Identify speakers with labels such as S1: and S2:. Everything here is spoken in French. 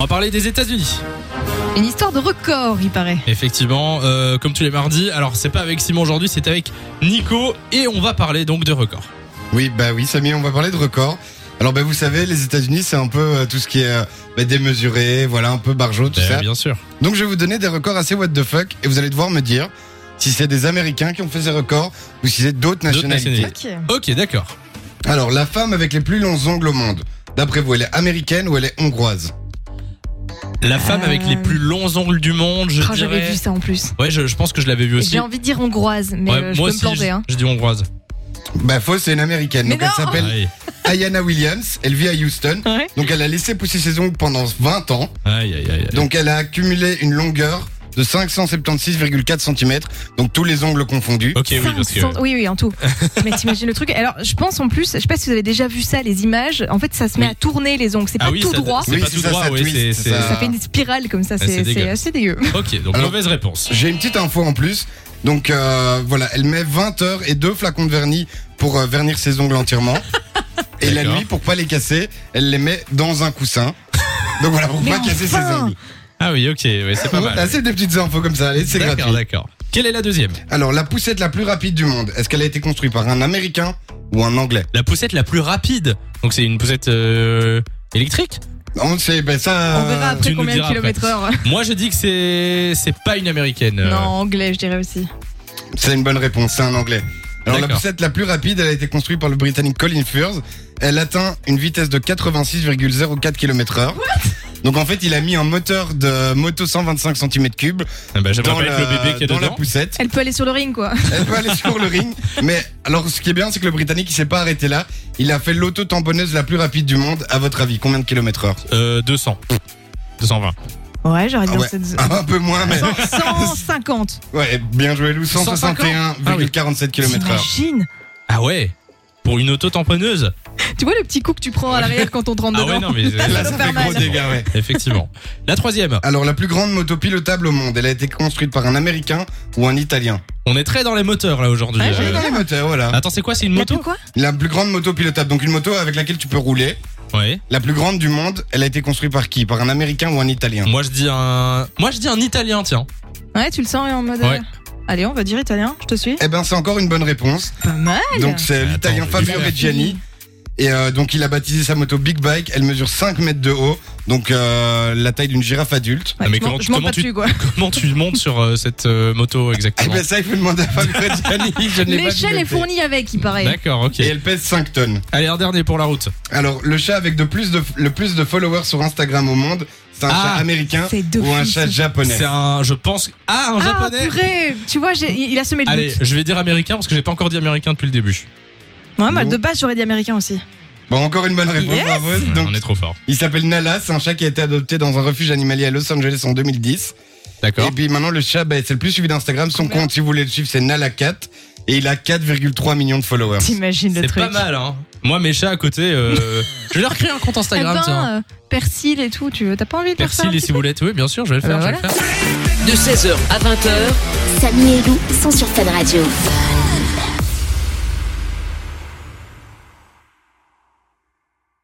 S1: On va parler des États-Unis.
S2: Une histoire de record, il paraît.
S1: Effectivement, euh, comme tous les mardis. Alors, c'est pas avec Simon aujourd'hui, c'est avec Nico et on va parler donc de records.
S3: Oui, bah oui, Samy, on va parler de records. Alors, bah, vous savez, les États-Unis, c'est un peu euh, tout ce qui est euh, bah, démesuré, voilà, un peu barjot, tout
S1: Ben,
S3: ça.
S1: bien sûr.
S3: Donc, je vais vous donner des records assez what the fuck et vous allez devoir me dire si c'est des Américains qui ont fait ces records ou si c'est d'autres nationalités.
S1: nationalités.
S2: Ok.
S1: Ok, d'accord.
S3: Alors, la femme avec les plus longs ongles au monde, d'après vous, elle est américaine ou elle est hongroise
S1: La femme
S2: Euh.
S1: avec les plus longs ongles du monde, je
S2: Oh, J'avais
S1: dirais.
S2: vu ça en plus.
S1: Ouais, je, je pense que je l'avais vu aussi.
S2: J'ai envie de dire hongroise, mais
S1: Ouais,
S2: euh, je
S1: moi
S2: peux
S1: aussi,
S2: me planter.
S1: je,
S2: hein.
S1: je dis hongroise.
S3: Bah, faux, c'est une américaine.
S2: Mais
S3: donc, elle
S2: non
S3: s'appelle
S1: Aïe,
S3: Ayana Williams, elle vit à Houston.
S2: Ouais.
S3: Donc, elle a laissé pousser ses ongles pendant 20 ans.
S1: aïe, aïe, aïe.
S3: Donc elle a accumulé une longueur de 576,4 cm, donc tous les ongles confondus.
S1: Ok, oui, parce que.
S2: 500 Oui, oui, en tout. mais t'imagines le truc. Alors, je pense en plus, je sais pas si vous avez déjà vu ça, les images. En fait, ça se met
S1: Oui.
S2: à tourner les ongles. C'est
S1: Ah
S2: pas
S1: oui, Ah,
S2: tout
S1: ça-
S2: droit.
S1: c'est
S3: Oui,
S1: pas
S3: c'est
S1: tout
S3: ça,
S1: droit,
S3: ça
S1: oui, c'est-
S3: twist,
S1: c'est-
S3: ça.
S2: Ça fait une spirale comme ça. C'est
S1: dégueu.
S2: c'est assez dégueu.
S1: Ok, donc
S3: Alors-
S1: mauvaise réponse.
S3: J'ai une petite info en plus. Donc euh, voilà, elle met 20 heures et deux flacons de vernis pour euh, vernir ses ongles entièrement. et la
S1: D'accord.
S3: nuit, pour pas les casser, elle les met dans un coussin. Donc voilà, pour
S2: Mais
S3: pas casser ses
S2: enfin
S3: ongles.
S1: Ah oui, ok, ouais, c'est pas mal.
S3: Voilà, bah, c'est des petites infos comme ça, allez, c'est
S1: D'accord,
S3: gratuit.
S1: d'accord. Quelle est la deuxième
S3: Alors la poussette la plus rapide du monde, est-ce qu'elle a été construite par un Américain ou un Anglais
S1: La poussette la plus rapide. Donc, c'est une poussette euh, électrique
S3: On ne sait, ben ça...
S2: On verra
S1: tu
S2: après
S1: nous
S2: combien de
S1: diras après.
S2: kilomètres heure.
S1: Moi, je dis que c'est c'est pas une américaine. euh.
S2: Non, anglais, je dirais aussi.
S3: C'est une bonne réponse, c'est un anglais. Alors la
S1: D'accord.
S3: poussette la plus rapide, elle a été construite par le Britannique Colin Furze. Elle atteint une vitesse de 86,04 km heure. Donc en fait, il a mis un moteur de moto 125 cm3
S1: Ah bah, J'aimerais
S3: dans,
S1: pas
S3: la,
S1: être le bébé qui est
S3: dans la
S1: dedans.
S3: poussette.
S2: Elle peut aller sur le ring, quoi.
S3: Elle peut aller sur le ring. Mais alors ce qui est bien, c'est que le Britannique, il s'est pas arrêté là. Il a fait l'auto-tamponneuse la plus rapide du monde. À votre avis, combien de kilomètres heure
S1: Euh, 200. 220.
S2: Ouais, j'aurais dit
S3: Ah
S2: dans
S3: ouais.
S2: cette zone.
S3: Un peu moins, mais...
S1: Ah.
S2: 150.
S3: Ouais, bien joué Lou, 161,47 km heure.
S2: T'imagines
S1: Ah ouais Pour une auto-tamponneuse
S2: Tu vois le petit coup que tu prends à l'arrière quand on te rentre
S1: Ah
S2: dedans
S1: ouais, non, mais.
S3: Là,
S2: Ça
S3: ça
S2: va faire
S3: fait gros
S2: mal.
S3: dégâts, ouais.
S1: Effectivement. La troisième,
S3: Alors la plus grande moto pilotable au monde, elle a été construite par un Américain ou un Italien.
S1: on est très dans les moteurs là aujourd'hui.
S2: Ouais,
S1: Euh,
S2: j'ai-
S3: Dans les moteurs, voilà.
S1: Attends, c'est quoi C'est une
S2: La plus
S1: moto
S2: quoi
S3: La plus grande moto pilotable, donc une moto avec laquelle tu peux rouler.
S1: Ouais.
S3: La plus grande du monde, elle a été construite par qui Par un Américain ou un Italien
S1: Moi je dis un. Moi je dis un italien, tiens.
S2: Ouais, tu le sens en mode.
S1: Ouais.
S2: euh, Allez, on va dire italien, je te suis.
S3: Eh ben c'est encore une bonne réponse.
S2: Pas mal.
S3: Donc c'est
S1: Ah. Attends,
S3: l'Italien
S1: je
S3: Fabio
S1: vais
S3: Reggiani. Et euh, donc il a baptisé sa moto Big Bike, elle mesure 5 mètres de haut, donc euh, la taille d'une girafe adulte.
S1: Ah, mais
S2: je m'en-
S1: comment-
S2: je m'en
S1: comment
S2: pas
S1: tu-
S2: dessus, quoi.
S1: Comment tu montes sur euh, cette euh, moto
S3: Eh
S1: exactement
S3: ben ça il faut demander à Fabio Reggiani, je ne l'ai pas
S2: L'échelle est
S3: piloté.
S2: fournie avec, il paraît.
S1: D'accord, ok.
S3: Et elle pèse 5 tonnes.
S1: Allez, un dernier pour la route.
S3: Alors le chat avec de plus de, le plus de followers sur Instagram au monde, c'est un
S1: Ah,
S3: chat américain
S2: C'est deux
S3: ou un
S2: fils.
S3: chat japonais.
S1: C'est un. Je pense. Ah, un
S2: Ah,
S1: japonais
S2: purée Tu vois, j'ai- il a semé le
S1: Allez,
S2: doute.
S1: je vais dire américain parce que j'ai pas encore dit américain depuis le début.
S2: Ouais, mal de base, j'aurais dit américain aussi.
S3: Bon, encore une bonne réponse,
S2: Yes.
S3: bravo.
S1: Ouais,
S3: Donc,
S1: on est trop fort.
S3: il s'appelle Nala, c'est un chat qui a été adopté dans un refuge animalier à Los Angeles en 2010.
S1: D'accord.
S3: Et puis maintenant, le chat, bah, c'est le plus suivi d'Instagram. Son
S2: Combien
S3: compte, si vous voulez le suivre, c'est Nala4. Et il a 4,3 millions de followers.
S2: T'imagines le
S1: C'est
S2: truc.
S1: pas mal, hein. Moi, mes chats à côté, euh, je vais leur créer un compte
S2: Eh
S1: Instagram, hein. tiens.
S2: ben, euh, persil et tout, tu veux, t'as pas envie de faire ça
S1: Merci
S2: un
S1: les
S2: petit peu
S1: ciboulettes, oui, bien sûr, je vais le faire.
S2: Ah bah
S1: je vais le
S4: de
S1: faire.
S4: 16h à 20h
S5: Samy et Lou sont sur Fan Radio.